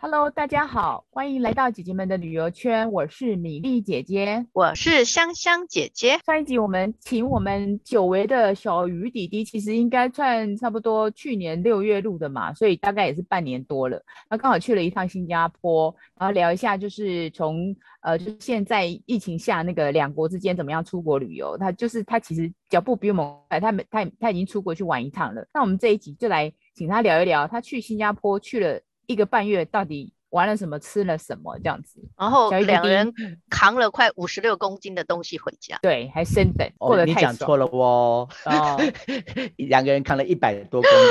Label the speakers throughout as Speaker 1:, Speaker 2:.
Speaker 1: Hello，大家好，欢迎来到姐姐们的旅游圈，我是米粒姐姐。
Speaker 2: 我是香香姐姐，
Speaker 1: 上一集我们请我们久违的小鱼弟弟，其实应该算差不多去年六月录的嘛，所以大概也是半年多了。那刚好去了一趟新加坡，然后聊一下就是从呃，就是现在疫情下那个两国之间怎么样出国旅游。他就是他其实脚步比我们快，他们他他已经出国去玩一趟了。那我们这一集就来请他聊一聊，他去新加坡去了一个半月，到底玩了什么，吃了什么这样子。
Speaker 2: 然后
Speaker 1: 小鱼弟弟
Speaker 2: 两人扛了快五十六公斤的东西回家，
Speaker 1: 对，还升等，过
Speaker 3: 哦，
Speaker 1: 得
Speaker 3: 你
Speaker 1: 太
Speaker 3: 讲
Speaker 1: 爽
Speaker 3: 错了哦，
Speaker 1: 哦。
Speaker 3: 两个人扛了一百多公 斤，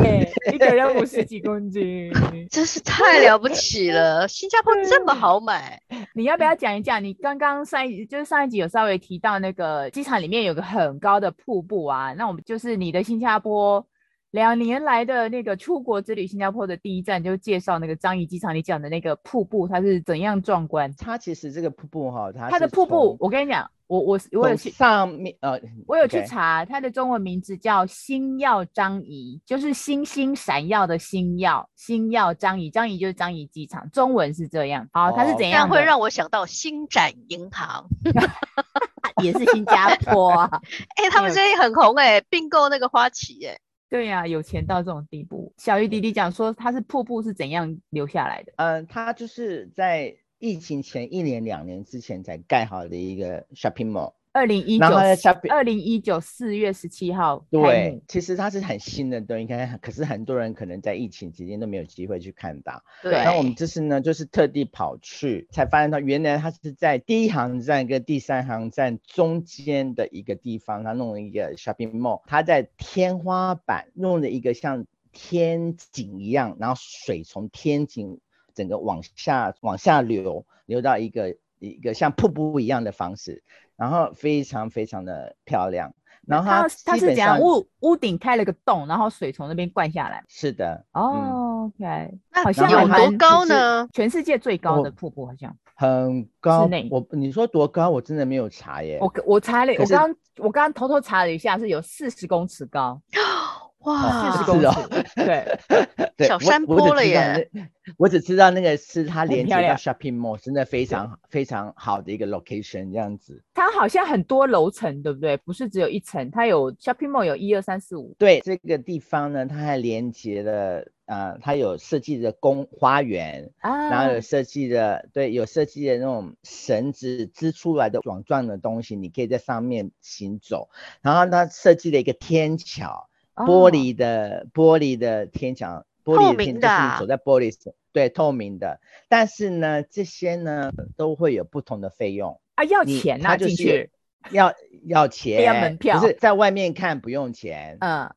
Speaker 1: 对，一个人五十几公斤。
Speaker 2: 真是太了不起了！ 新加坡这么好买，
Speaker 1: 你要不要讲一讲？你刚刚上一就是上一集有稍微提到那个机场里面有个很高的瀑布啊，那我们就是你的新加坡两年来的那个出国之旅，新加坡的第一站就介绍那个樟宜机场，你讲的那个瀑布它是怎样壮观？
Speaker 3: 它其实这个瀑布哈、它
Speaker 1: 它的
Speaker 3: 是
Speaker 1: 瀑布，
Speaker 3: 从
Speaker 1: 我跟你讲，我我是我有
Speaker 3: 从
Speaker 1: 去。
Speaker 3: 上面呃，
Speaker 1: 我有去
Speaker 3: OK
Speaker 1: 查，它的中文名字叫星耀张仪，就是星星闪耀的星耀，星耀张仪，张仪就是张仪机场，中文是这样。好，它是
Speaker 3: 哦
Speaker 1: 怎
Speaker 2: 这
Speaker 1: 样
Speaker 2: 样
Speaker 1: 的？
Speaker 2: 会让我想到星展银行，
Speaker 1: 啊也是新 加坡啊。
Speaker 2: 哎，他们最近很红哎，并购那个花旗哎，
Speaker 1: 对呀、有钱到这种地步。小鱼弟弟讲说，它是瀑布是怎样流下来的？
Speaker 3: 嗯、它就是在疫情前一年两年之前才盖好的一个 shopping mall，
Speaker 1: 二零一九
Speaker 3: 然后它在 shopping
Speaker 1: 二零一九四月十七号开
Speaker 3: 对
Speaker 1: 幕，，
Speaker 3: 其实它是很新的东西，看可是很多人可能在疫情期间都没有机会去看到。
Speaker 1: 对
Speaker 3: 然后我们这次呢，就是特地跑去，才发现到原来它是在第一航站跟第三航站中间的一个地方，它弄了一个 shopping mall，它在天花板弄了一个像天井一样，然后水从天井整个往下往下流，流到一个一个像瀑布一样的方式，然后非常非常的漂亮。然后
Speaker 1: 它它
Speaker 3: 基
Speaker 1: 是
Speaker 3: 本
Speaker 1: 怎样？
Speaker 3: 上
Speaker 1: 屋屋顶开了个洞，然后水从那边灌下来。
Speaker 3: 是的，
Speaker 1: 哦、OK，
Speaker 2: 那
Speaker 1: 好像
Speaker 2: 有
Speaker 1: 还蛮
Speaker 2: 多高呢？
Speaker 1: 全世界最高
Speaker 3: 我
Speaker 1: 的瀑布好像。
Speaker 3: 很高
Speaker 1: 内。
Speaker 3: 我你说多高，我真的没有查耶。
Speaker 1: 我我查了，
Speaker 3: 可
Speaker 1: 我
Speaker 3: 是
Speaker 1: 刚我刚刚偷偷查了一下，是有四十公尺高，
Speaker 2: 哇，
Speaker 1: 四十
Speaker 3: 是
Speaker 1: 公尺，
Speaker 3: 哦
Speaker 1: 对，
Speaker 3: 对
Speaker 2: 小
Speaker 3: 我
Speaker 2: 山
Speaker 3: 我只
Speaker 2: 坡了
Speaker 3: 知道
Speaker 2: 耶
Speaker 3: 那。我只知道那个是它
Speaker 1: 很
Speaker 3: 连接
Speaker 1: 漂
Speaker 3: 到
Speaker 1: 亮
Speaker 3: shopping mall，真的非常好非常好的一个 location 这样子。
Speaker 1: 它好像很多楼层，对不对？不是只有一层，它有 shopping mall 有一二三四五，
Speaker 3: 对这个地方呢，它还连接了呃，它有设计的公花园，
Speaker 1: 啊，
Speaker 3: 然后
Speaker 2: 嗯
Speaker 3: 有设计的对，有设计的那种绳子织出来的网状的东西，你可以在上面行走。然后它设计了一个天桥，玻
Speaker 1: 哦
Speaker 3: 璃的玻璃的天桥，玻
Speaker 2: 透
Speaker 3: 璃的
Speaker 2: 明
Speaker 3: 天
Speaker 2: 的
Speaker 3: 桥，就是
Speaker 2: 啊
Speaker 3: 你走在玻璃上，对，透明的。但是呢，这些呢都会有不同的费用，
Speaker 1: 啊，要
Speaker 3: 你
Speaker 1: 钱呐、
Speaker 3: 它就
Speaker 1: 进
Speaker 3: 是
Speaker 1: 去，
Speaker 3: 要要钱，
Speaker 1: 要门票
Speaker 3: 不是在外面看不用钱，
Speaker 1: 嗯，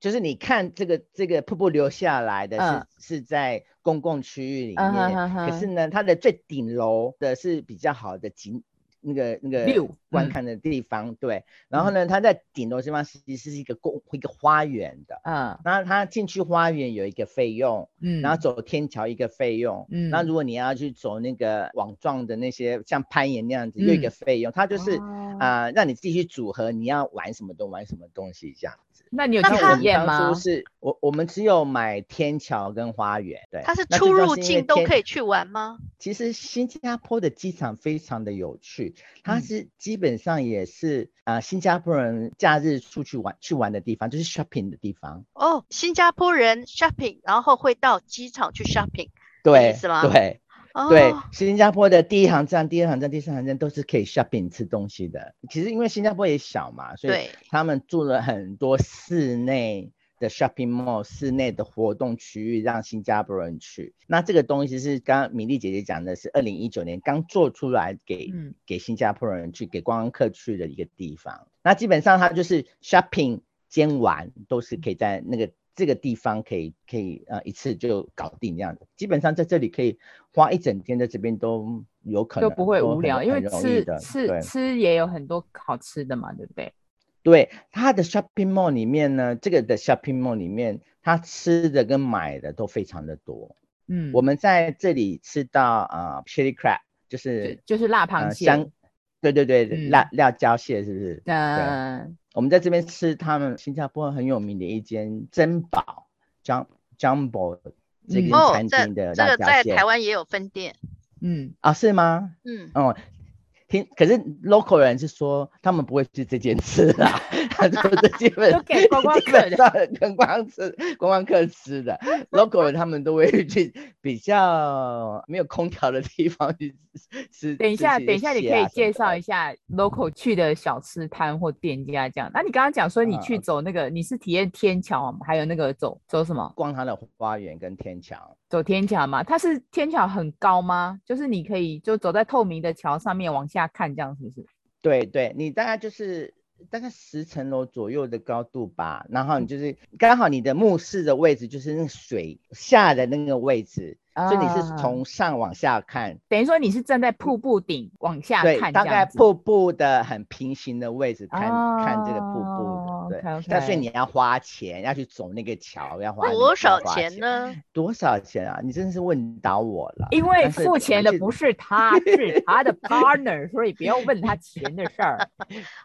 Speaker 3: 就是你看这个这个瀑布流下来的是、
Speaker 1: 嗯
Speaker 3: 是在公共区域里面，
Speaker 1: 嗯哼哼
Speaker 3: 可是呢，它的最顶楼的是比较好的景。那个那个
Speaker 1: View，嗯
Speaker 3: 观看的地方，对，然后呢，它在顶楼这方其实是一个公一个花园的，
Speaker 1: 嗯
Speaker 3: 然后它进去花园有一个费用，
Speaker 1: 嗯，
Speaker 3: 然后走天桥一个费用，
Speaker 1: 嗯
Speaker 3: 那如果你要去走那个网状的那些像攀岩那样子，又一个
Speaker 1: 嗯
Speaker 3: 费用，它就是
Speaker 1: 哦
Speaker 3: 啊、呃让你自己去组合你要玩什么都玩什么东西这样子。
Speaker 1: 那你有
Speaker 2: 那
Speaker 1: 去
Speaker 2: 它
Speaker 3: 我
Speaker 1: 体
Speaker 3: 们
Speaker 1: 验
Speaker 3: 当
Speaker 1: 吗
Speaker 3: 初？是我我们只有买天桥跟花园，对，
Speaker 2: 它是
Speaker 3: 那
Speaker 2: 出
Speaker 3: 最重要
Speaker 2: 入
Speaker 3: 是因为
Speaker 2: 境都
Speaker 3: 天
Speaker 2: 可以去玩吗？
Speaker 3: 其实新加坡的机场非常的有趣，它
Speaker 1: 嗯
Speaker 3: 是基本上也是啊、呃新加坡人假日出去玩去玩的地方，就是 shopping 的地方。
Speaker 2: 哦，新加坡人 shopping，然后会到机场去 shopping，
Speaker 3: 对，
Speaker 2: 思吗
Speaker 3: 对，
Speaker 2: 哦，
Speaker 3: 对，新加坡的第一航站、第二航站、第三航站都是可以 shopping 吃东西的。其实因为新加坡也小嘛，所以
Speaker 2: 对
Speaker 3: 他们做了很多室内的 shopping mall、室内的活动区域，让新加坡人去。那这个东西是刚刚米莉姐姐讲的，是二零一九年刚做出来给、
Speaker 1: 嗯
Speaker 3: 给新加坡人去、给观光客去的一个地方。那基本上它就是 shopping 兼玩都是可以在那个这个地方可以可以呃一次就搞定这样子。基本上在这里可以花一整天在这边都有可能
Speaker 1: 都不会
Speaker 3: 都
Speaker 1: 无
Speaker 3: 很
Speaker 1: 聊，因为
Speaker 3: 很容易
Speaker 1: 吃
Speaker 3: 的对
Speaker 1: 吃吃也有很多好吃的嘛，对不对？
Speaker 3: 对，它的 shopping mall 里面呢，这个的 shopping mall 里面，它吃的跟买的都非常的多。
Speaker 1: 嗯，
Speaker 3: 我们在这里吃到啊、呃、，chili crab，就
Speaker 1: 就是就是辣
Speaker 3: 呃
Speaker 1: 螃蟹，
Speaker 3: 香，对对对，
Speaker 1: 嗯
Speaker 3: 辣辣椒蟹是不是？
Speaker 1: 嗯，
Speaker 3: 我们在这边吃他们新加坡很有名的一间珍宝 Jum Jumbo 这
Speaker 1: 嗯
Speaker 3: 个
Speaker 2: 哦
Speaker 3: 餐，
Speaker 2: 这
Speaker 3: 厅的
Speaker 2: 这
Speaker 3: 辣
Speaker 2: 个
Speaker 3: 椒
Speaker 2: 在
Speaker 3: 蟹
Speaker 2: 台湾也有分店，
Speaker 1: 嗯，
Speaker 3: 啊？是吗？
Speaker 2: 嗯，
Speaker 3: 嗯，听，可是 local 人是说他们不会去这间吃啦，他说这基 本
Speaker 1: 都给观光
Speaker 3: 基
Speaker 1: 客
Speaker 3: 本
Speaker 1: 的
Speaker 3: 上观光吃观光客吃的 local 人他们都会去比较没有空调的地方去吃吃。
Speaker 1: 等一下，
Speaker 3: 吃
Speaker 1: 等一下，你
Speaker 3: 蟹
Speaker 1: 可以
Speaker 3: 啊什
Speaker 1: 介
Speaker 3: 么
Speaker 1: 绍
Speaker 3: 的
Speaker 1: 一下 local 去的小吃摊或店家这样。那你刚刚讲说你
Speaker 3: 嗯
Speaker 1: 去走那个，你是体验天桥，啊还有那个走走什么？
Speaker 3: 逛他的花园跟天桥。
Speaker 1: 走天桥嘛？它是天桥很高吗？就是你可以就走在透明的桥上面往下看，这样是不是？
Speaker 3: 对对，你大概就是大概十层楼左右的高度吧，然
Speaker 1: 嗯
Speaker 3: 后你就是刚好你的目视的位置就是那个水下的那个位置，所以你是
Speaker 1: 啊
Speaker 3: 从上往下看，
Speaker 1: 等于说你是站在瀑布顶往下
Speaker 3: 对，
Speaker 1: 看这样子，
Speaker 3: 大概瀑布的很平行的位置看、看这个瀑
Speaker 1: 哦
Speaker 3: 布的，对。
Speaker 1: OK，OK
Speaker 3: 但所以你要花钱要去走那个桥，要花那个
Speaker 2: 多少
Speaker 3: 桥花
Speaker 2: 钱？呢？
Speaker 3: 多少钱啊？你真的是问倒我了，
Speaker 1: 因为
Speaker 3: 但是
Speaker 1: 付钱
Speaker 3: 我
Speaker 1: 的
Speaker 3: 是
Speaker 1: 不是他，是他 的 partner，所以不要问他钱的事儿。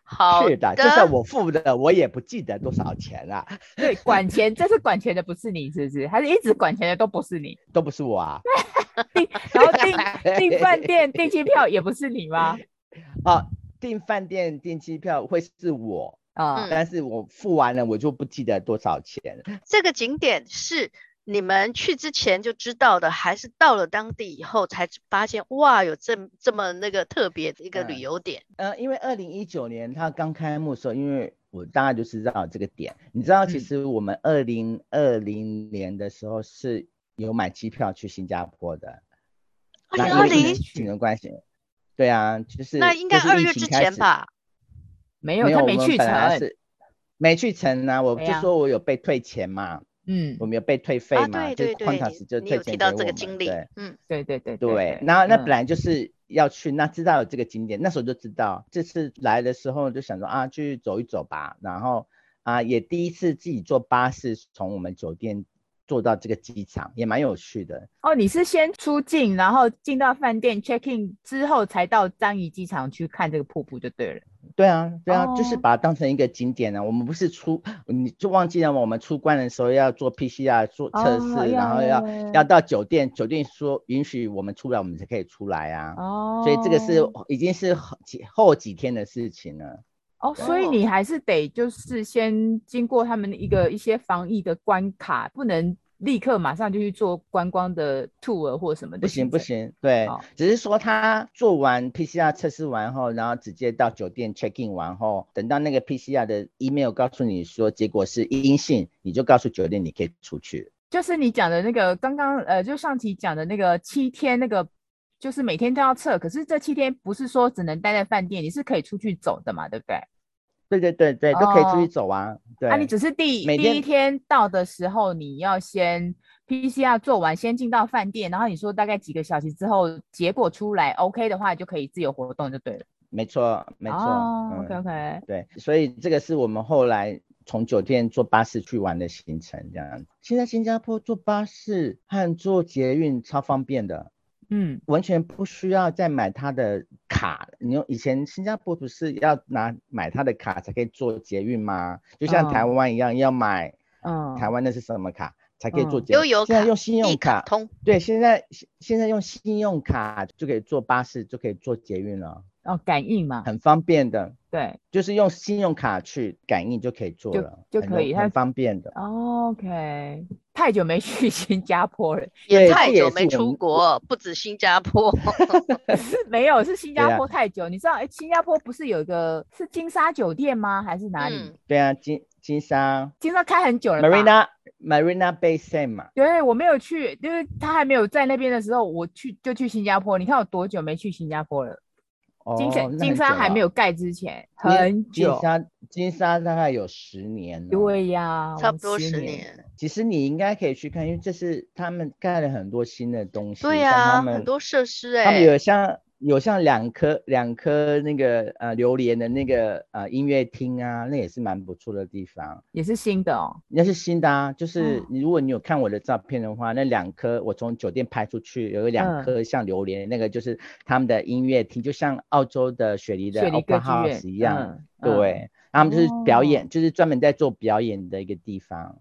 Speaker 2: 好
Speaker 3: 是的，就算我付的，我也不记得多少钱啊了、
Speaker 1: 对，管钱，这次管钱的不是你，是不是？还是一直管钱的都不是你？
Speaker 3: 都不是我啊。
Speaker 1: 订，然后订订饭店、订机票也不是你吗？
Speaker 3: 哦，订饭店、订机票会是我，
Speaker 1: 啊、
Speaker 2: 嗯
Speaker 3: 但是我付完了，我就不记得多少钱。
Speaker 2: 这个景点是你们去之前就知道的，还是到了当地以后才发现哇，有这么这么那个特别的一个旅
Speaker 3: 嗯
Speaker 2: 游点？
Speaker 3: 呃，因为二零一九年它刚开幕的时候，因为我大概就知道这个点。你知道，其
Speaker 1: 嗯
Speaker 3: 实我们二零二零年的时候是有买机票去新加坡的，
Speaker 2: 二
Speaker 3: 那
Speaker 2: 零
Speaker 3: 因
Speaker 2: 哦二
Speaker 3: 为疫
Speaker 2: 零，
Speaker 3: 情的关系。对啊，就是
Speaker 2: 那应该
Speaker 3: 就是
Speaker 2: 二
Speaker 3: 疫
Speaker 2: 月
Speaker 3: 情
Speaker 2: 之
Speaker 3: 开
Speaker 2: 前
Speaker 3: 始
Speaker 2: 吧？
Speaker 1: 没有，
Speaker 3: 没有，
Speaker 1: 他
Speaker 3: 我
Speaker 1: 没
Speaker 3: 们
Speaker 1: 去
Speaker 3: 本来
Speaker 1: 成。
Speaker 3: 是没去成啊，我
Speaker 1: 对
Speaker 3: 就
Speaker 1: 啊
Speaker 3: 说我有被退钱嘛，
Speaker 1: 嗯
Speaker 3: 我，们有被退费
Speaker 2: 啊，
Speaker 3: 嘛，
Speaker 2: 对
Speaker 3: 就是
Speaker 2: 对对，
Speaker 3: 换小时就
Speaker 2: 你你
Speaker 3: 退
Speaker 2: 有
Speaker 3: 钱给
Speaker 2: 提到这
Speaker 3: 我
Speaker 2: 个
Speaker 3: 们
Speaker 2: 经历
Speaker 3: 对，
Speaker 2: 嗯，
Speaker 1: 对对对嗯
Speaker 3: 对，然后那本
Speaker 1: 来
Speaker 3: 来就是要去，那知道有这个景点，那时候就知道，这次来的时候就想说啊，去走一走吧，然后啊也第一次自己坐巴士从我们酒店坐到这个机场，也蛮有趣的。
Speaker 1: 哦，你是先出境，然后进到饭店 check in 之后，才到樟宜机场去看这个瀑布就对了。
Speaker 3: 对啊，对啊，就是
Speaker 1: 哦
Speaker 3: 把它当成一个景点啊。我们不是出，你就忘记了我们出关的时候要做 PCR 做测试，
Speaker 1: 哦
Speaker 3: 然后
Speaker 1: 呀
Speaker 3: 要
Speaker 1: 呀
Speaker 3: 要
Speaker 1: 呀
Speaker 3: 到酒店，酒店说允许我们出来，我们才可以出来啊。
Speaker 1: 哦，
Speaker 3: 所以这个是已经是后几后几天的事情了。
Speaker 1: 哦，所以
Speaker 2: 哦
Speaker 1: 你还是得就是先经过他们一个一些防疫的关卡，不能立刻马上就去做观光的 tour 或什么的。
Speaker 3: 不行不，行，对
Speaker 1: 好，
Speaker 3: 只是说他做完 PCR 测试完后，然后直接到酒店 check in 完后，等到那个 PCR 的 email 告诉你说结果是阴性，你就告诉酒店你可以出去。
Speaker 1: 就是你讲的那个刚刚呃，就上期讲的那个七天那个，就是每天都要测，可是这七天不是说只能待在饭店，你是可以出去走的嘛，对不对？
Speaker 3: 对对对对，都可以出
Speaker 1: 哦
Speaker 3: 去走啊。对，
Speaker 1: 啊，你只是第
Speaker 3: 每
Speaker 1: 第一
Speaker 3: 天
Speaker 1: 天到的时候，你要先 PCR 做完，先进到饭店，然后你说大概几个小时之后结果出来 OK 的话，就可以自由活动就对了。
Speaker 3: 没错没错。
Speaker 1: 哦
Speaker 3: 嗯
Speaker 1: OK OK。
Speaker 3: 对，所以这个是我们后来从酒店坐巴士去玩的行程，这样。现在新加坡坐巴士和坐捷运超方便的，
Speaker 1: 嗯，
Speaker 3: 完全不需要再买它的卡。你用以前新加坡不是要拿买它的卡才可以坐捷运吗？就像台
Speaker 1: 嗯
Speaker 3: 湾一样，要买
Speaker 1: 嗯，
Speaker 3: 台湾那是什么卡才可以坐
Speaker 1: 嗯
Speaker 3: 捷运？
Speaker 2: 悠游
Speaker 3: 现在
Speaker 2: 卡、
Speaker 3: 用信用
Speaker 2: 一卡
Speaker 3: 卡，
Speaker 2: 通，
Speaker 3: 对，现在现在用信用卡就可以坐巴士，就可以坐捷运了，
Speaker 1: 哦，感应嘛，
Speaker 3: 很方便的。
Speaker 1: 对
Speaker 3: 就是用信用卡去感应就可以做
Speaker 1: 就
Speaker 3: 了，
Speaker 1: 就
Speaker 3: 很
Speaker 1: 可
Speaker 3: 容
Speaker 1: 以它
Speaker 3: 很方便的。
Speaker 1: 哦，OK，太久没 去新加坡了，
Speaker 2: 也
Speaker 3: 对
Speaker 2: 太
Speaker 3: 这也
Speaker 2: 久
Speaker 3: 是
Speaker 2: 没
Speaker 3: 我
Speaker 2: 出
Speaker 3: 们
Speaker 2: 国，不止新加坡，
Speaker 1: 是没有是新
Speaker 3: 对
Speaker 1: 加
Speaker 3: 啊
Speaker 1: 坡太久，你知道，哎，新加坡不是有一个是金沙酒店吗？还是哪里？
Speaker 2: 嗯，
Speaker 3: 对啊，金金沙
Speaker 1: 金沙开很久了吧
Speaker 3: Marina Marina Bay Sand 嘛，
Speaker 1: 对，我没有去，因为他还没有在那边的时候，我去就去新加坡。你看我多久没去新加坡了？
Speaker 3: 哦，
Speaker 1: 金沙
Speaker 3: 那
Speaker 1: 金
Speaker 3: 很
Speaker 1: 沙
Speaker 3: 久
Speaker 1: 还没
Speaker 3: 了
Speaker 1: 有盖之前，
Speaker 3: 金
Speaker 1: 很久
Speaker 3: 金。沙金沙大概有十年了。，
Speaker 1: 对呀，
Speaker 2: 差
Speaker 1: 我
Speaker 2: 不多
Speaker 1: 10
Speaker 2: 十
Speaker 1: 年。
Speaker 2: 年。
Speaker 3: 其实你应该可以去看，因为这是他们盖了很多新的东西，
Speaker 2: 对
Speaker 3: 像
Speaker 2: 啊，
Speaker 3: 他
Speaker 2: 很
Speaker 3: 们
Speaker 2: 多设施
Speaker 3: 他们
Speaker 2: 哎，
Speaker 3: 有像有像两颗两颗那个呃榴莲的那个呃音乐厅啊，那也是蛮不错的地方。
Speaker 1: 也是新的哦。
Speaker 3: 那是新的啊，就是
Speaker 1: 哦
Speaker 3: 你如果你有看我的照片的话，那两颗我从酒店拍出去，有
Speaker 1: 嗯
Speaker 3: 两颗像榴莲，那个就是他们的音乐厅，就像澳洲的雪梨的
Speaker 1: 雪梨
Speaker 3: Opera
Speaker 1: 歌剧
Speaker 3: House
Speaker 1: 院
Speaker 3: 一样，
Speaker 1: 嗯嗯哦
Speaker 3: 对，他们就是表演，就是专门在做表演的一个地方。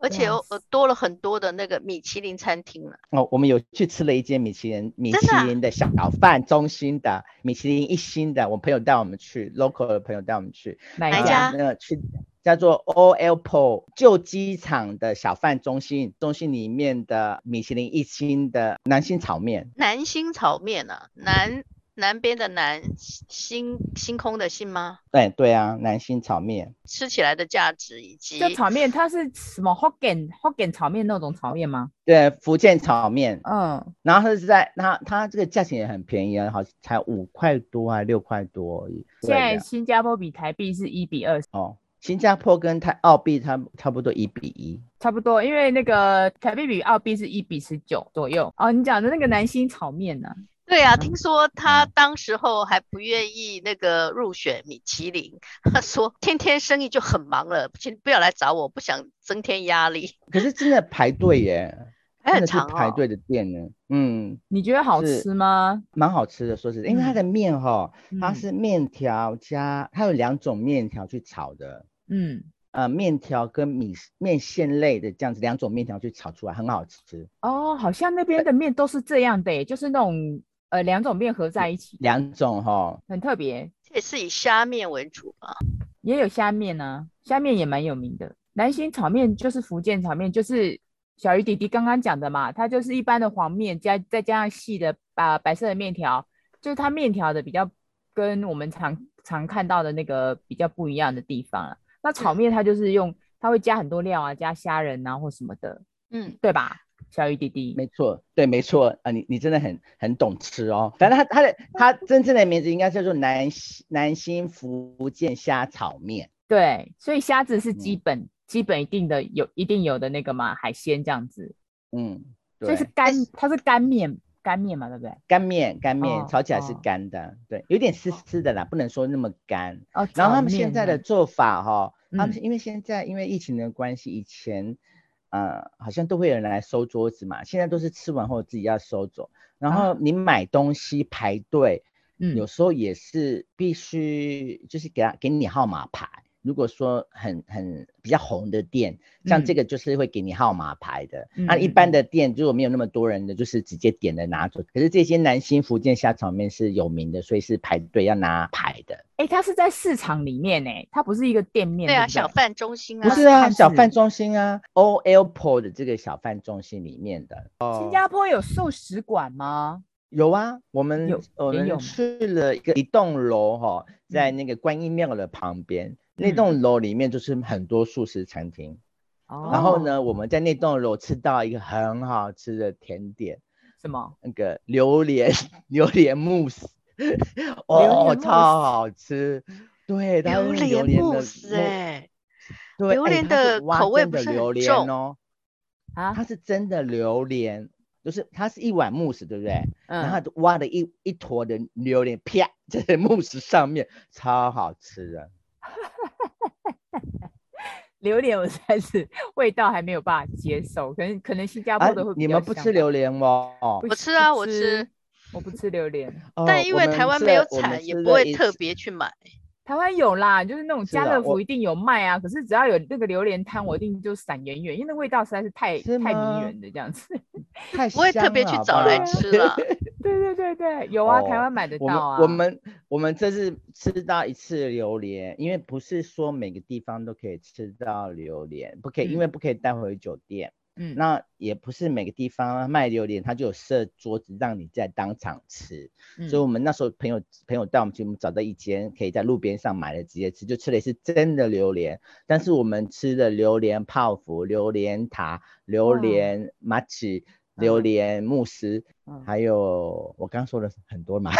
Speaker 2: 而且
Speaker 1: 哇
Speaker 2: 我我多了很多的那个米其林餐厅了。
Speaker 3: 哦，我们有去吃了一间米其林米
Speaker 2: 真的
Speaker 3: 其
Speaker 2: 啊
Speaker 3: 林的小贩中心的米其林一星的，我朋友带我们去，local 的朋友带我们去，
Speaker 1: 哪
Speaker 2: 哪
Speaker 1: 一
Speaker 2: 一
Speaker 1: 家？
Speaker 2: 家
Speaker 3: 那个去叫做 OLPO 旧机场的小贩中心，中心里面的米其林一星的南星炒面，
Speaker 2: 南星炒面啊，南南边的南，星星空的星吗？
Speaker 3: 对对啊，南星炒面，
Speaker 2: 吃起来的价值以及
Speaker 1: 这炒面它是什么 Hokkien Hokkien 炒面那种炒面吗？
Speaker 3: 对福建炒面，
Speaker 1: 嗯，
Speaker 3: 然后它是在它它这个价钱也很便宜啊，好像才五块多还六块多而已，
Speaker 1: 现在
Speaker 3: 对的
Speaker 1: 新加坡比台币是一比二，
Speaker 3: 哦，新加坡跟泰澳币差差不多一比一。
Speaker 1: 差不多，因为那个台币比澳币是一比十九左右。哦，你讲的那个南星炒面呢、
Speaker 2: 对
Speaker 3: 嗯
Speaker 2: 啊，听说他当时候还不愿意那个入选米其林， 他说天天生意就很忙了，请不要来找我，不想增添压力，
Speaker 3: 可是真的排队耶，
Speaker 2: 还很
Speaker 3: 真的是
Speaker 2: 长
Speaker 3: 排
Speaker 2: 哦。
Speaker 3: 队的店呢，嗯，
Speaker 1: 你觉得好
Speaker 3: 是
Speaker 1: 吃吗？
Speaker 3: 蛮好吃的。说实在，因为它的面哈，它
Speaker 1: 嗯
Speaker 3: 是面条加，它有两种面条去炒的，
Speaker 1: 嗯，
Speaker 3: 呃，面条跟米面线类的这样子两种面条去炒出来，很好吃。
Speaker 1: 哦，好像那边的面都是这样的耶，就是那种呃两种面合在一起，
Speaker 3: 两种哈，
Speaker 1: 很特别。
Speaker 2: 这也是以虾面为主吧？
Speaker 1: 也有虾面呢、虾面也蛮有名的。南星炒面就是福建炒面，就是小鱼弟弟刚刚讲的嘛，它就是一般的黄面加再加上细的啊、白色的面条，就是它面条的比较跟我们常常看到的那个比较不一样的地方啊。那炒面它就是用它会加很多料啊，加虾仁啊或什么的，
Speaker 2: 嗯，
Speaker 1: 对吧？小鱼弟弟，
Speaker 3: 没错，对，没错啊，你你真的很很懂吃哦。反正它它的它真正的名字应该叫做南西南新福建虾炒面，
Speaker 1: 对，所以虾子是基
Speaker 3: 嗯
Speaker 1: 本、基本一定的有一定有的那个嘛海鲜这样子，
Speaker 3: 嗯，
Speaker 1: 所以是
Speaker 3: 对，
Speaker 1: 干
Speaker 2: 是
Speaker 1: 它是干面干面嘛，对不对？
Speaker 3: 干面干面
Speaker 1: 哦
Speaker 3: 炒起来是
Speaker 1: 哦
Speaker 3: 干的，对，有点湿湿的啦，不能说那么干。
Speaker 1: 哦，
Speaker 3: 然后
Speaker 1: 炒
Speaker 3: 他们现
Speaker 1: 面
Speaker 3: 在的
Speaker 1: 呢
Speaker 3: 做法哈、他
Speaker 1: 嗯
Speaker 3: 们因为现在因为疫情的关系，以前呃好像都会有人来收桌子嘛，现在都是吃完后自己要收走。然
Speaker 1: 啊
Speaker 3: 后你买东西排队，
Speaker 1: 嗯
Speaker 3: 有时候也是必须就是给他给你号码牌。如果说很很比较红的店，像这
Speaker 1: 嗯
Speaker 3: 个就是会给你号码牌的。那、一
Speaker 1: 嗯嗯
Speaker 3: 般
Speaker 1: 嗯
Speaker 3: 的店如果没有那么多人的，就是直接点了拿走。可是这些南新福建虾炒面是有名的，所以是排队要拿牌的。
Speaker 1: 哎、它是在市场里面呢、它不是一个店面。
Speaker 2: 对啊，
Speaker 1: 不
Speaker 2: 小贩中心
Speaker 3: 不
Speaker 2: 啊，
Speaker 3: 是啊，
Speaker 1: 看
Speaker 3: 小
Speaker 1: 字
Speaker 3: 贩中心啊，OLPO 的这个小贩中心里面的
Speaker 1: 新加坡有寿司馆吗？
Speaker 3: 有啊，我们
Speaker 1: 有
Speaker 3: 我
Speaker 1: 也有
Speaker 3: 们
Speaker 1: 吗
Speaker 3: 去了一个一栋楼哈、
Speaker 2: 嗯
Speaker 3: 在那个观音庙的旁边，那
Speaker 1: 嗯
Speaker 3: 栋楼里面就是很多素食餐厅。
Speaker 1: 哦
Speaker 3: 然后？呢，我们在那栋楼吃到一个很好吃的甜点，
Speaker 1: 什么？
Speaker 3: 那个榴莲 榴莲慕斯，
Speaker 1: 榴
Speaker 3: 哦
Speaker 1: 莲，慕
Speaker 3: 超
Speaker 1: 斯
Speaker 3: 好吃。对，它
Speaker 2: 榴
Speaker 3: 是
Speaker 2: 莲
Speaker 3: 莲
Speaker 2: 慕
Speaker 3: 的
Speaker 2: 斯
Speaker 3: 慕欸
Speaker 2: 哎，
Speaker 3: 对，
Speaker 2: 榴
Speaker 3: 哎
Speaker 2: 莲
Speaker 3: 它是
Speaker 2: 的
Speaker 3: 挖
Speaker 2: 口味
Speaker 3: 真
Speaker 2: 不
Speaker 3: 的
Speaker 2: 是很
Speaker 3: 榴莲
Speaker 2: 重
Speaker 3: 哦，
Speaker 1: 啊
Speaker 3: 它是真的榴莲，就是它是一碗慕斯，对不对？然后
Speaker 1: 嗯，
Speaker 3: 它挖了一一坨的榴莲，啪在慕斯上面，超好吃 的。
Speaker 1: 榴莲我实在是味道还没有办法接受，可能可能新加
Speaker 3: 啊
Speaker 1: 坡的会，比
Speaker 3: 你
Speaker 1: 较
Speaker 3: 们不
Speaker 1: 香
Speaker 3: 吃
Speaker 1: 吧
Speaker 3: 榴莲吗？哦
Speaker 1: 不
Speaker 2: 我吃啊
Speaker 1: 不
Speaker 2: 我吃
Speaker 1: 我不吃榴莲。
Speaker 3: 哦
Speaker 2: 但因为
Speaker 3: 我们
Speaker 2: 台湾
Speaker 3: 吃
Speaker 2: 没
Speaker 3: 了
Speaker 2: 有
Speaker 3: 我们
Speaker 2: 产，也
Speaker 3: 吃
Speaker 2: 不
Speaker 3: 了
Speaker 2: 会
Speaker 3: 一
Speaker 2: 特
Speaker 3: 次
Speaker 2: 别去买。
Speaker 1: 台湾有啦，就是那种
Speaker 3: 是
Speaker 1: 家
Speaker 3: 啊
Speaker 1: 乐
Speaker 3: 我
Speaker 1: 福一定有卖啊，可是只要有那个榴莲摊，我一定就闪远远，因为那味道实在是太
Speaker 3: 是
Speaker 1: 太迷
Speaker 3: 吗
Speaker 1: 人的这样子。
Speaker 3: 太
Speaker 2: 不会特
Speaker 3: 香啊
Speaker 2: 别
Speaker 3: 了
Speaker 2: 去
Speaker 3: 好不
Speaker 2: 找 来
Speaker 3: 好
Speaker 2: 吃了。
Speaker 1: 对对对对，有啊，台
Speaker 3: 哦
Speaker 1: 湾买得
Speaker 3: 我
Speaker 1: 到
Speaker 3: 们
Speaker 1: 啊。
Speaker 3: 我们我们这次吃到一次榴莲，因为不是说每个地方都可以吃到榴莲，不可以，
Speaker 1: 嗯
Speaker 3: 因为不可以带回酒店。
Speaker 1: 嗯
Speaker 3: 那也不是每个地方卖榴莲，它就有设桌子让你在当场吃。
Speaker 1: 嗯
Speaker 3: 所以我们那时候朋友朋友带我们去，我们找到一间可以在路边上买了直接吃，就吃了是真的榴莲，但是我们吃的榴莲泡芙、榴莲塔、榴
Speaker 1: 哇
Speaker 3: 莲马奇、榴
Speaker 1: 嗯
Speaker 3: 莲慕斯，
Speaker 1: 嗯
Speaker 3: 还有我刚说了很多嘛，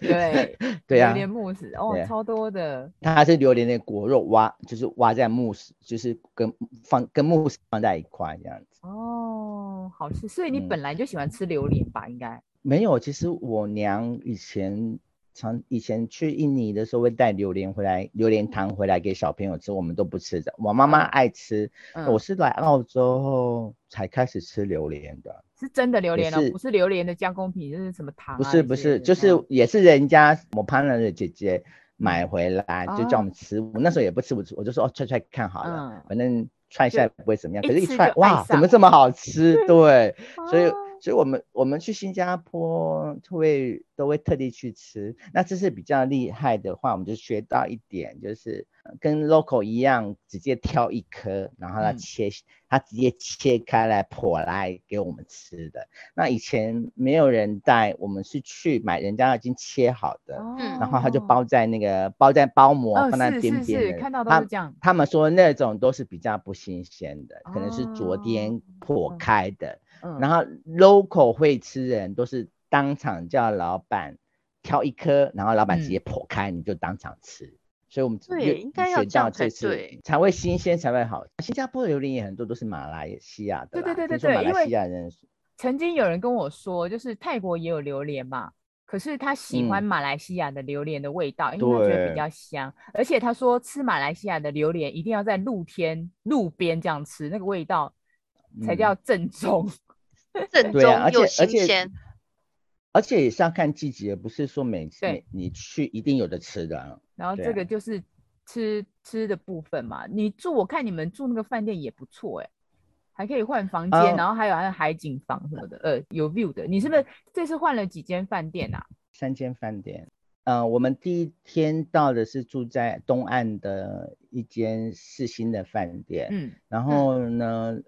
Speaker 1: 对
Speaker 3: 对
Speaker 1: 榴
Speaker 3: 啊，
Speaker 1: 莲慕斯哦
Speaker 3: 对，啊
Speaker 1: 超多的。
Speaker 3: 它是榴莲的果肉挖，就是挖在慕斯，就是跟放跟慕斯放在一块这样子。
Speaker 1: 哦，好吃，所以你
Speaker 3: 嗯哦
Speaker 1: 本来就喜欢吃榴莲吧？应该
Speaker 3: 没有，其实我娘以前常以前去印尼的时候会带榴莲回来，榴莲糖回来给小朋友吃，我们都不吃的。我妈妈
Speaker 1: 嗯
Speaker 3: 爱吃，
Speaker 1: 嗯
Speaker 3: 我是来澳洲后才开始吃榴莲的。
Speaker 1: 是真的榴
Speaker 3: 也
Speaker 1: 莲哦，
Speaker 3: 是
Speaker 1: 不是榴莲的加工品，就是什么糖
Speaker 3: 不
Speaker 1: 啊
Speaker 3: 是
Speaker 1: 之
Speaker 3: 不
Speaker 1: 类
Speaker 3: 是，
Speaker 1: 的
Speaker 3: 就
Speaker 1: 这样
Speaker 3: 是也是人家我 partner 的姐姐买回来，就叫
Speaker 1: 哦
Speaker 3: 我们吃。我那时候也不吃，我我就说哦，踹踹看好了，
Speaker 1: 嗯
Speaker 3: 反正穿下来不会怎么样，
Speaker 1: 一
Speaker 3: 可是一
Speaker 1: 吃就
Speaker 3: 穿
Speaker 1: 爱
Speaker 3: 哇，怎
Speaker 1: 上
Speaker 3: 么这么好 吃？对，所以
Speaker 1: 哦
Speaker 3: 所以我们我们去新加坡会都会特地去吃。那这是比较厉害的话，我们就学到一点，就是呃跟 local 一样，直接挑一颗，然后它
Speaker 1: 嗯
Speaker 3: 切，它直接切开来剖来给我们吃的。那以前没有人带，我们是去买人家已经切好的，然后它就
Speaker 1: 哦
Speaker 3: 包在那个包在包膜、
Speaker 1: 哦
Speaker 3: 放在
Speaker 1: 是
Speaker 3: 边
Speaker 1: 是
Speaker 3: 边
Speaker 1: 是
Speaker 3: 的
Speaker 1: 看到都
Speaker 3: 它
Speaker 1: 是这样
Speaker 3: 他们说那种都是比较不新鲜的，可能是昨天
Speaker 1: 哦
Speaker 3: 破开的。
Speaker 1: 嗯
Speaker 3: 然后 local 会吃人都是当场叫老板挑一颗，然后老板直接剖开，你就当场吃。所以我们
Speaker 2: 嗯对
Speaker 3: 又
Speaker 2: 应该要
Speaker 3: 学
Speaker 2: 这样
Speaker 3: 到这
Speaker 2: 才
Speaker 3: 次
Speaker 2: 对
Speaker 3: 才会新鲜才会好。新加坡的榴莲也很多都是马来西亚的
Speaker 1: 对
Speaker 3: 啦，
Speaker 1: 对对对
Speaker 3: 听说
Speaker 1: 对因
Speaker 3: 马来
Speaker 1: 为
Speaker 3: 西亚人
Speaker 1: 曾经有人跟我说，就是泰国也有榴莲嘛，可是他喜欢
Speaker 3: 嗯
Speaker 1: 马来西亚的榴莲的味道，因为他觉得比
Speaker 3: 对
Speaker 1: 较香，而且他说吃马来西亚的榴莲一定要在露天路边这样吃，那个味道才
Speaker 3: 嗯
Speaker 1: 叫正宗。
Speaker 2: 正
Speaker 3: 对
Speaker 2: 宗
Speaker 3: 啊，而且
Speaker 2: 又
Speaker 3: 而
Speaker 2: 新
Speaker 3: 且
Speaker 2: 鲜，
Speaker 3: 而且也是要看季节，不是说每次
Speaker 1: 对
Speaker 3: 每你去一定有的吃的啊。
Speaker 1: 然后
Speaker 3: 对
Speaker 1: 这个
Speaker 3: 啊
Speaker 1: 就是吃吃的部分嘛。你住我看你们住那个饭店也不错哎、还可以换房间，
Speaker 3: 哦
Speaker 1: 然后还有还有海景房什么的，呃，有 view 的。你是不是这次换了几间饭店啊？
Speaker 3: 三间饭店。呃，我们第一天到的是住在东岸的一间四星的饭店，
Speaker 1: 嗯，
Speaker 3: 然后呢，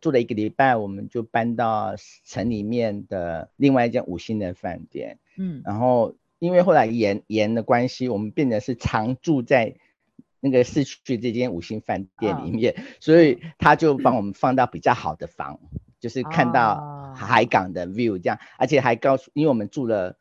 Speaker 3: 住了一个礼拜，我们就搬到城里面的另外一间五星的饭店。
Speaker 1: 嗯，
Speaker 3: 然后因为后来盐盐的关系，我们变得是常住在那个市区这间五星饭店里面，所以他就帮我们放到比较好的房，就是看
Speaker 1: 啊
Speaker 3: 到海港的 view 这样，而且还告诉，因为我们住了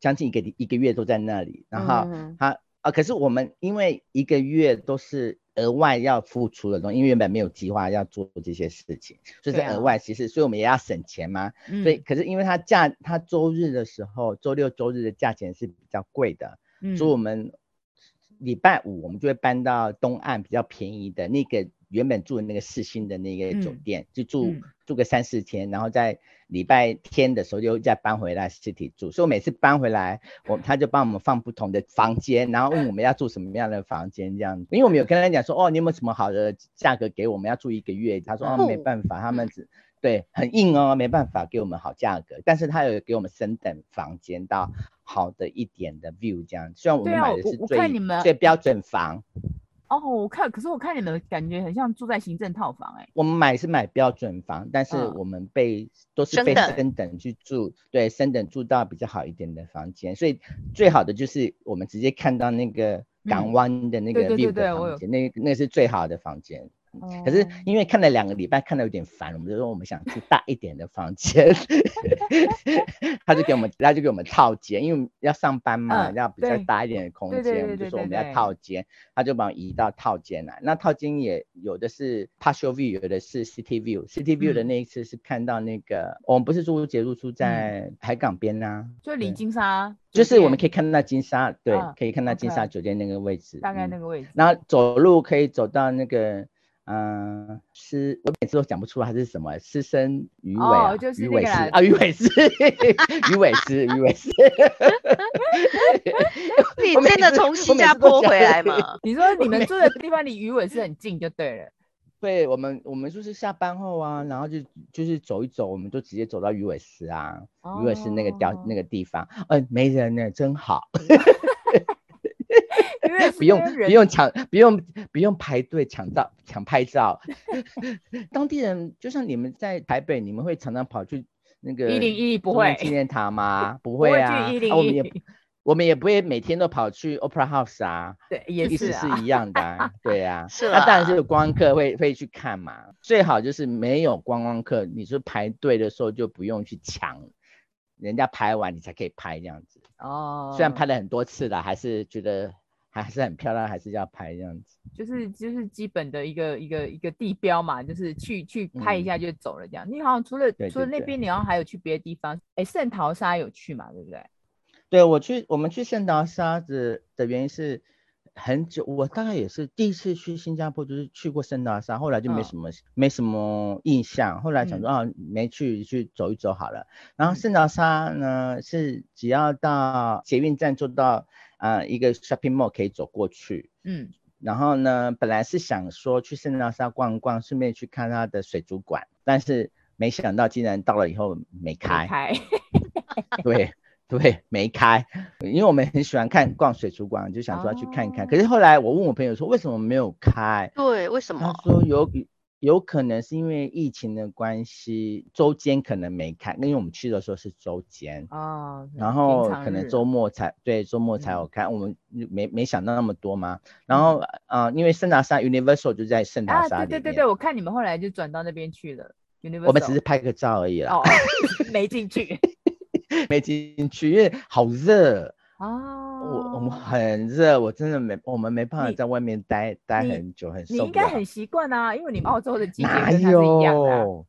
Speaker 3: 将近一个一个月都在那里，然后
Speaker 2: 嗯
Speaker 3: 他啊，可是我们因为一个月都是额外要付出的东西，因为原本没有计划要做这些事情，所
Speaker 1: 对
Speaker 3: 以是
Speaker 1: 啊
Speaker 3: 额外其实，所以我们也要省钱嘛，
Speaker 1: 嗯
Speaker 3: 所以，可是因为它价，它周日的时候，周六周日的价钱是比较贵的，
Speaker 1: 嗯
Speaker 3: 所以我们礼拜五我们就会搬到东岸比较便宜的那个原本住的那个四星的那个酒
Speaker 1: 嗯
Speaker 3: 店，就住、
Speaker 1: 嗯
Speaker 3: 住个三四天，然后在礼拜天的时候又再搬回来实体住。所以我每次搬回来，我他就帮我们放不同的房间，然后问我们要住什么样的房间这样子。因为我们有跟他讲说，哦，你有没有什么好的价格给我们要住一个月？他说，哦，没
Speaker 2: 哦
Speaker 3: 办法，他
Speaker 2: 嗯
Speaker 3: 们只对，很硬哦，没办法给我们好价格，但是他有给我们升等房间到好的一点的 view 这样。虽然我
Speaker 1: 对
Speaker 3: 们
Speaker 1: 啊
Speaker 3: 买的
Speaker 1: 我
Speaker 3: 是
Speaker 1: 我
Speaker 3: 最、
Speaker 1: 看你们
Speaker 3: 最标准房，
Speaker 1: 哦，我看，可是我看你们感觉很像住在行政套房哎、
Speaker 3: 我们买是买标准房，但是
Speaker 1: 嗯
Speaker 3: 我们被、都是
Speaker 2: 升
Speaker 3: 被
Speaker 2: 等
Speaker 3: 升等去住，对，升等住到比较好一点的房间，所以最好的就是我们直接看到那个
Speaker 1: 嗯
Speaker 3: 港湾的那
Speaker 1: 对
Speaker 3: 个
Speaker 1: 对对
Speaker 3: view
Speaker 1: 对
Speaker 3: 的
Speaker 1: 我有
Speaker 3: 房间，那那是最好的房间。
Speaker 1: 欸。
Speaker 3: 可是
Speaker 1: 哦
Speaker 3: 因为看了两个礼拜，看的有点烦，我们就说我们想住大一点的房间， 他就给我们，他就给我们套间，因为我们要上班嘛，
Speaker 1: 嗯
Speaker 3: 要比较
Speaker 1: 对
Speaker 3: 大一点的空
Speaker 1: 对对
Speaker 3: 间，
Speaker 1: 对
Speaker 3: 我们
Speaker 1: 对
Speaker 3: 就说
Speaker 1: 对
Speaker 3: 我们要
Speaker 1: 对
Speaker 3: 套间，他就把我移到套间来。那套间也有的是 partial view，有的是 city view，city view 的
Speaker 1: 嗯
Speaker 3: 那一次是看到那个、我们不是住结束住在海港边啦、
Speaker 1: 就离
Speaker 3: 对
Speaker 1: 金沙嗯酒
Speaker 3: 就是我们
Speaker 1: 店
Speaker 3: 可以看到金沙，对，
Speaker 1: 嗯
Speaker 3: 可以看到金沙
Speaker 1: OK
Speaker 3: 酒店那个位置，
Speaker 1: 大概
Speaker 3: 嗯
Speaker 1: 那个位置，
Speaker 3: 然后走路可以走到那个，嗯、呃，是我每次都讲不出它是什么，狮身鱼尾啊，
Speaker 1: 哦就是
Speaker 3: 鱼
Speaker 1: 那
Speaker 3: 尾
Speaker 1: 个
Speaker 3: 狮
Speaker 1: 啦
Speaker 3: 啊，鱼尾狮，鱼尾狮，鱼尾狮。
Speaker 2: 你
Speaker 3: 我每
Speaker 2: 真的
Speaker 3: 次
Speaker 2: 从
Speaker 3: 我
Speaker 2: 新
Speaker 3: 每
Speaker 2: 加
Speaker 3: 次都
Speaker 2: 坡
Speaker 3: 讲
Speaker 2: 回来嘛？
Speaker 1: 你说你们住的地方离鱼尾是很近就对了。
Speaker 3: 对我们，我们就是下班后啊，然后就就是走一走，我们就直接走到鱼尾狮啊，鱼尾狮那个
Speaker 1: 哦
Speaker 3: 雕那个地方，嗯、没人呢，真好，
Speaker 1: 因为
Speaker 3: 不用
Speaker 1: 是
Speaker 3: 不
Speaker 1: 人
Speaker 3: 用抢，不用不用排队抢照抢拍照。 当地人就像你们在台北，你们会常常跑去那个
Speaker 1: 101不
Speaker 3: 中央
Speaker 1: 会
Speaker 3: 纪念塔吗？不
Speaker 1: 不会
Speaker 3: 会
Speaker 1: 去
Speaker 3: 啊，
Speaker 1: 101
Speaker 3: 啊我们也不我们也不会每天都跑去 Opera House 啊，
Speaker 1: 对，也
Speaker 3: 意
Speaker 1: 是
Speaker 3: 思
Speaker 1: 啊，
Speaker 3: 是一样的、啊，对啊。
Speaker 2: 是
Speaker 3: 那当然
Speaker 2: 啦
Speaker 3: 是有观光客会会去看嘛，最好就是没有观光客，你是排队的时候就不用去抢，人家排完你才可以拍这样子。
Speaker 1: 哦，
Speaker 3: 虽然拍了很多次了，还是觉得还是很漂亮，还是要拍这样子。
Speaker 1: 就是就是基本的一个一个一个地标嘛，就是去去拍一下就走了这样。你好像除了
Speaker 3: 嗯对
Speaker 1: 除了
Speaker 3: 对
Speaker 1: 那
Speaker 3: 对
Speaker 1: 边，你好像还有去别的地方，哎，圣淘沙有去嘛，对不对？
Speaker 3: 对我去，我们去圣淘沙的的原因是很久，我大概也是第一次去新加坡，就是去过圣淘沙，后来就没
Speaker 1: 嗯
Speaker 3: 什么、没什么印象，后来想说、啊没去去走一走好了。然后圣淘沙呢是只要到捷运站坐到啊、呃一个 shopping mall 可以走过去，
Speaker 1: 嗯，
Speaker 3: 然后呢，本来是想说去圣淘沙逛逛，顺便去看它的水族馆，但是没想到竟然到了以后没开。
Speaker 1: 开
Speaker 3: 对对，没开，因为我们很喜欢看逛水族馆，就想说要去看一看。可是
Speaker 1: 哦
Speaker 3: 后来我问我朋友说，为什么没有开？
Speaker 2: 对，为什
Speaker 3: 他
Speaker 2: 么？
Speaker 1: 哦
Speaker 3: 说有有可能是因为疫情的关系，周间可能没开，因为我们去的时候是周间。
Speaker 1: 哦，
Speaker 3: 然后
Speaker 1: 平常
Speaker 3: 可能
Speaker 1: 日嗯
Speaker 3: 周末才对周末才有开，我们没没想到那么多嘛。然后呃，因为圣淘沙 Universal 就在圣
Speaker 1: 嗯
Speaker 3: 淘
Speaker 1: 啊，
Speaker 3: 沙
Speaker 1: 对
Speaker 3: 里面，
Speaker 1: 对对对，我看你们后来就转到那边去了。我
Speaker 3: 我们只是拍个照而已啦，
Speaker 1: 哦， 没进去
Speaker 3: 没进去，因为好热，
Speaker 1: 哦。
Speaker 3: 我我们很热，我真的没我们没办法
Speaker 1: 你
Speaker 3: 在外面待待
Speaker 1: 你
Speaker 3: 很久，很
Speaker 1: 你应
Speaker 3: 受不
Speaker 1: 该
Speaker 3: 了
Speaker 1: 很习惯啊，因为你们澳洲的季节
Speaker 3: 哪
Speaker 1: 跟它是一样的啊、
Speaker 3: 有？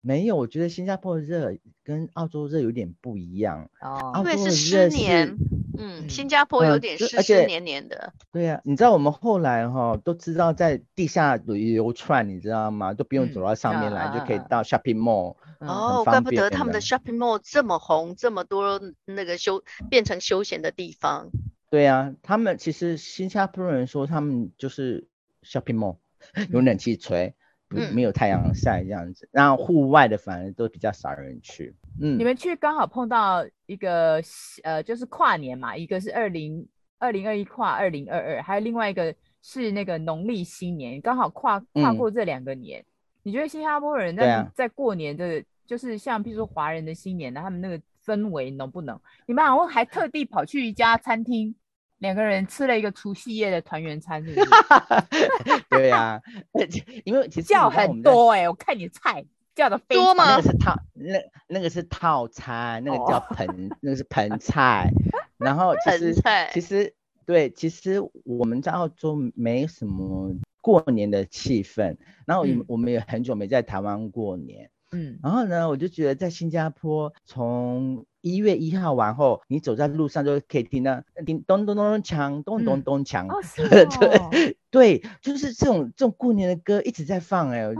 Speaker 3: 没有，我觉得新加坡的热跟澳洲热有点不一样。
Speaker 1: 哦
Speaker 3: 啊
Speaker 2: 因为
Speaker 3: 不过
Speaker 2: 是
Speaker 3: 热
Speaker 2: 湿
Speaker 3: 是
Speaker 2: 黏，嗯，
Speaker 1: 嗯
Speaker 2: 新加坡有
Speaker 3: 呃
Speaker 2: 点
Speaker 3: 就
Speaker 2: 湿
Speaker 3: 而
Speaker 2: 湿
Speaker 3: 且
Speaker 2: 黏黏的，
Speaker 3: 对呀、你知道我们后来哈、都知道在地下流窜，你知道吗？都不用
Speaker 1: 嗯
Speaker 3: 走到上面
Speaker 1: 啊
Speaker 3: 来，
Speaker 1: 啊
Speaker 3: 就可以
Speaker 1: 啊啊
Speaker 3: 到 shopping mall。
Speaker 1: 嗯
Speaker 2: 哦，
Speaker 3: 方
Speaker 2: 怪不得
Speaker 3: 便
Speaker 2: 他们的
Speaker 3: 的
Speaker 2: shopping mall 这么红，这么多那个休变成休闲的地方。
Speaker 3: 对呀、他们其实新加坡人说他们就是 shopping mall，有
Speaker 1: 嗯
Speaker 3: 冷气吹，不
Speaker 2: 嗯
Speaker 3: 没有太阳晒这样子。然后户外的反而都比较少人去。嗯
Speaker 1: 你，们去刚好碰到一个呃，就是跨年嘛，一个是二零二零二一跨二零二二，还有另外一个是那个农历新年，刚好跨跨
Speaker 3: 嗯
Speaker 1: 过这两个年。你觉得新加坡人
Speaker 3: 对
Speaker 1: 在、
Speaker 3: 啊
Speaker 1: 在过年的，就是像譬如说华人的新年呢，他们那个氛围浓不浓？你们好像还特地跑去一家餐厅，两个人吃了一个除夕夜的团圆餐，是不 是？
Speaker 3: 对呀、而且因为其实
Speaker 1: 叫
Speaker 3: 你知道我
Speaker 1: 很
Speaker 3: 们在
Speaker 1: 多啊哎、我看你菜叫的非
Speaker 2: 多
Speaker 1: 常
Speaker 2: 吗
Speaker 3: 那个是套，那那个是套餐，那个叫
Speaker 1: 哦
Speaker 3: 盆，那个是盆菜。然后其
Speaker 2: 盆
Speaker 3: 实
Speaker 2: 菜
Speaker 3: 其实对，其实我们在澳洲没什么过年的气氛，然后我们
Speaker 1: 嗯
Speaker 3: 我们也很久没在台湾过年。
Speaker 1: 嗯，
Speaker 3: 然后呢，我就觉得在新加坡，从一月一号完后，你走在路上就可以听到叮咚咚咚锵，咚咚
Speaker 1: 嗯
Speaker 3: 咚锵。
Speaker 1: 哦是哦
Speaker 3: 对对，就是这种这种过年的歌一直在放
Speaker 1: 哦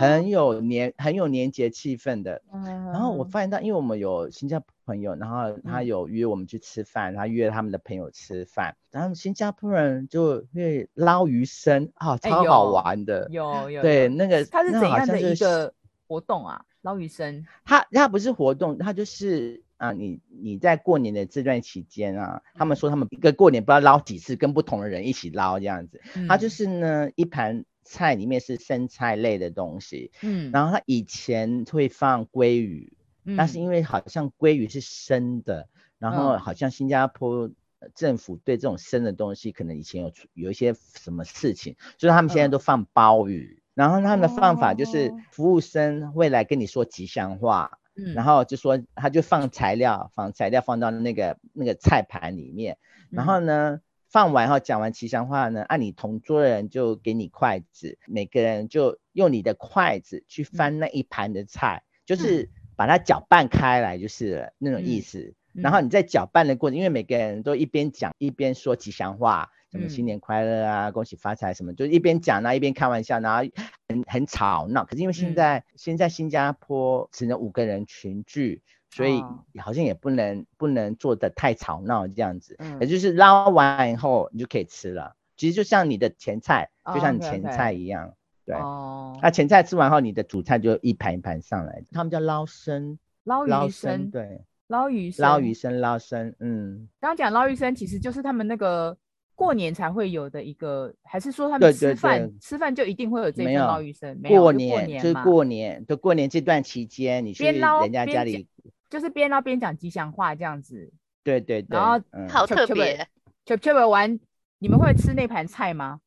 Speaker 3: 哎、 很有年很有年节气氛的。
Speaker 1: 然
Speaker 3: 然后我发现到，因为我们有新加坡朋友，然后他
Speaker 1: 嗯
Speaker 3: 有约我们去吃饭，他约他们的朋友吃饭，然后新加坡人就会捞鱼生啊，
Speaker 1: 哎
Speaker 3: 超好
Speaker 1: 有
Speaker 3: 玩的。
Speaker 1: 有有
Speaker 3: 对，
Speaker 1: 有
Speaker 3: 那个
Speaker 1: 它是
Speaker 3: 那
Speaker 1: 怎
Speaker 3: 好
Speaker 1: 样
Speaker 3: 像
Speaker 1: 的
Speaker 3: 就
Speaker 1: 一
Speaker 3: 是
Speaker 1: 个活动啊？捞鱼生
Speaker 3: 它它不是活动，它就是啊，你你在过年的这段期间啊，他
Speaker 1: 嗯
Speaker 3: 们说他们一个过年不知道捞几次，跟不同的人一起捞这样子。它
Speaker 1: 嗯
Speaker 3: 就是呢，一盘菜里面是生菜类的东西，
Speaker 1: 嗯，
Speaker 3: 然后它以前会放鲑鱼，但
Speaker 1: 嗯
Speaker 3: 是因为好像鲑鱼是生的，然后
Speaker 1: 嗯
Speaker 3: 好像新加坡呃政府对这种生的东西，可能以前有出有一些什么事情，所以他们现在
Speaker 1: 嗯
Speaker 3: 都放鲍鱼。然后他们的放法就是
Speaker 1: 哦，
Speaker 3: 服务生会来跟你说吉祥话，
Speaker 1: 嗯
Speaker 3: 然后就说他就放材料，放材料放到那个那个菜盘里面，
Speaker 1: 嗯
Speaker 3: 然后呢，放完后讲完吉祥话呢，按、你同桌的人就给你筷子，每个人就用你的筷子去
Speaker 1: 嗯
Speaker 3: 翻那一盘的菜，就是把它搅拌开来，就是了那种意
Speaker 1: 嗯
Speaker 3: 思。然后你在搅拌的过程，因为每个人都一边讲一边说吉祥话，什么新
Speaker 1: 嗯
Speaker 3: 年快乐啊、恭喜发财什么，就一边讲然后一边开玩笑，然后很很吵闹。可是因为现
Speaker 1: 嗯
Speaker 3: 在、现在新加坡只能五个人群聚，所以
Speaker 1: 哦
Speaker 3: 好像也不能不能做的太吵闹这样子。
Speaker 1: 嗯
Speaker 3: 也就是捞完以后你就可以吃了。其实就像你的前菜，就
Speaker 1: 哦
Speaker 3: 像你
Speaker 1: ，OK，OK
Speaker 3: 前菜一样。对，
Speaker 1: 哦，
Speaker 3: 那前菜吃完后，你的主菜就一盘一盘上来，他们叫捞生，
Speaker 1: 捞
Speaker 3: 捞
Speaker 1: 鱼生
Speaker 3: 对，
Speaker 1: 捞鱼生
Speaker 3: 捞鱼。生，捞生，嗯，
Speaker 1: 刚刚讲捞鱼生其实就是他们那个过年才会有的一个，还是说他
Speaker 3: 对
Speaker 1: 们
Speaker 3: 对
Speaker 1: 吃
Speaker 3: 对
Speaker 1: 饭吃饭就一定会有这一
Speaker 3: 没
Speaker 1: 份
Speaker 3: 有
Speaker 1: 捞鱼生？没有
Speaker 3: 过
Speaker 1: 就
Speaker 3: 年就是
Speaker 1: 嘛
Speaker 3: 过年，就过年这段期间，你去
Speaker 1: 边捞
Speaker 3: 人家
Speaker 1: 边
Speaker 3: 家
Speaker 1: 讲
Speaker 3: 里，
Speaker 1: 就是边捞边讲吉祥话这样子。
Speaker 3: 对对对，
Speaker 1: 然后
Speaker 3: 嗯，
Speaker 2: 好
Speaker 1: 就
Speaker 2: 特
Speaker 1: 就
Speaker 2: 别。
Speaker 1: c h i p c h i 完，你们会吃那盘菜吗？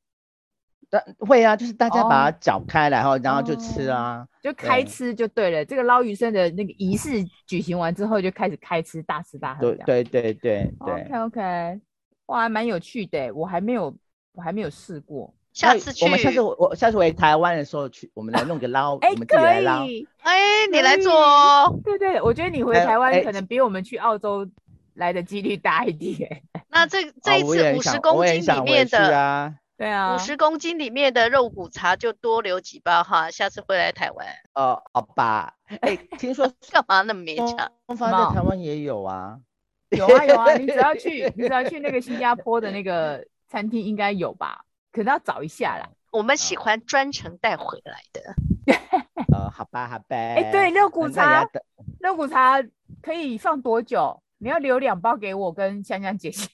Speaker 3: 但会啊，就是大家把
Speaker 1: 哦
Speaker 3: 它搅开来后，然后就吃
Speaker 1: 哦
Speaker 3: 啊，
Speaker 1: 就开
Speaker 3: 对
Speaker 1: 吃就对了。这个捞鱼生的那个仪式举行完之后，就开始开吃，大吃大喝
Speaker 3: 对
Speaker 1: 这样。
Speaker 3: 对对对对
Speaker 1: 哦 OK。OK，哇，还蛮有趣的欸，我还没有，我还没有试过。
Speaker 2: 下
Speaker 3: 那
Speaker 2: 次去
Speaker 3: 哎我，们下次我我下次回台湾的时候去，我们来弄个捞，
Speaker 1: 哎、
Speaker 3: 我们自己来
Speaker 1: 可
Speaker 3: 捞。
Speaker 1: 以，
Speaker 2: 哎，你来
Speaker 1: 可以
Speaker 2: 做哦。
Speaker 1: 对对，我觉得你回
Speaker 3: 哎
Speaker 1: 台湾
Speaker 3: 哎
Speaker 1: 可能比我们去澳洲来的几率大一点。
Speaker 2: 那这
Speaker 3: 啊
Speaker 2: 这一
Speaker 3: 我也
Speaker 2: 次
Speaker 3: 很
Speaker 2: 五十
Speaker 3: 想
Speaker 2: 公
Speaker 3: 我也
Speaker 2: 斤
Speaker 3: 很
Speaker 2: 里
Speaker 3: 想
Speaker 2: 面
Speaker 3: 回去
Speaker 2: 的
Speaker 3: 啊，
Speaker 1: 对啊
Speaker 2: 五，十公斤里面的肉骨茶就多留几包哈，下次回来台湾
Speaker 3: 呃，好吧，哎，听说
Speaker 2: 干嘛那么勉强？
Speaker 3: 东方
Speaker 1: 么
Speaker 3: 在台湾也有啊，
Speaker 1: 有啊有啊，你只要去，你只要去那个新加坡的那个餐厅应该有吧？可能要找一下啦。
Speaker 2: 我们喜
Speaker 1: 啊
Speaker 2: 欢专程带回来的，
Speaker 3: 呃，好吧，好吧。
Speaker 1: 哎、对，肉骨
Speaker 3: 那也要
Speaker 1: 茶，
Speaker 3: 等
Speaker 1: 肉骨茶可以放多久？你要留两包给我跟香香姐 姐，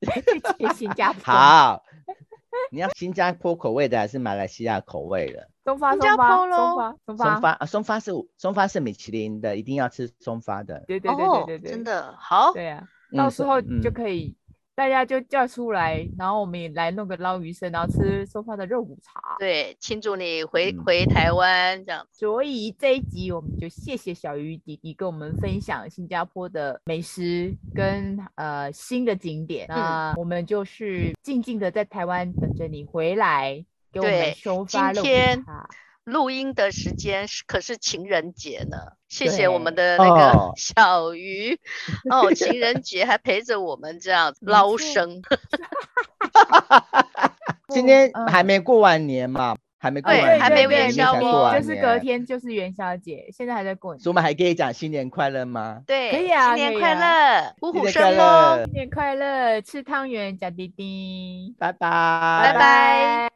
Speaker 1: 去接新加坡。
Speaker 3: 好。 你要新加坡口味的还是马来西亚口味的？
Speaker 1: 松发
Speaker 2: 新
Speaker 1: 松
Speaker 2: 加
Speaker 1: 发
Speaker 2: 坡
Speaker 1: 松
Speaker 2: 咯
Speaker 1: 发松发
Speaker 3: 松，发啊，松发是松发是米其林的，一定要吃松发的。
Speaker 1: 对对对对
Speaker 2: 哦
Speaker 1: 对，对，
Speaker 2: 真，的哦好，
Speaker 1: 对啊，
Speaker 3: 嗯
Speaker 1: 到时候就
Speaker 3: 嗯
Speaker 1: 可以大家就叫出来，然后我们也来弄个捞鱼生，然后吃松发的肉骨茶。
Speaker 2: 对，庆祝你回
Speaker 3: 嗯
Speaker 2: 回台湾这样。
Speaker 1: 所以这一集我们就谢谢小鱼弟弟跟我们分享新加坡的美食跟呃新的景点。
Speaker 2: 嗯
Speaker 1: 那我们就是静静的在台湾等着你回来，给我们
Speaker 2: 对
Speaker 1: 收发肉
Speaker 2: 今
Speaker 1: 骨
Speaker 2: 天
Speaker 1: 茶。
Speaker 2: 录音的时间是可是情人节呢，谢谢我们
Speaker 1: 对
Speaker 2: 的那个
Speaker 3: 哦
Speaker 2: 小鱼哦情人节还陪着我们这样
Speaker 1: 没
Speaker 2: 捞
Speaker 1: 错
Speaker 2: 生，
Speaker 3: 今天
Speaker 1: 嗯
Speaker 3: 还没过完年嘛，还没过完
Speaker 2: 对
Speaker 3: 年，
Speaker 2: 还没
Speaker 3: 明天
Speaker 2: 元宵
Speaker 3: 才
Speaker 2: 过
Speaker 3: 过
Speaker 2: 哦
Speaker 3: 完
Speaker 1: 就是隔
Speaker 3: 年
Speaker 1: 天就是元宵节，现在还在过年。
Speaker 3: 所以我们还可以讲新年快乐吗？
Speaker 2: 对，
Speaker 1: 可以啊
Speaker 2: 新
Speaker 1: 可
Speaker 2: 年
Speaker 1: 以
Speaker 2: 快乐，虎
Speaker 3: 新
Speaker 2: 虎
Speaker 3: 年
Speaker 2: 生
Speaker 3: 快
Speaker 2: 风。
Speaker 3: 乐，
Speaker 1: 新年快乐，吃汤圆，假滴滴，
Speaker 3: 拜拜，
Speaker 2: 拜
Speaker 3: 拜
Speaker 2: 拜。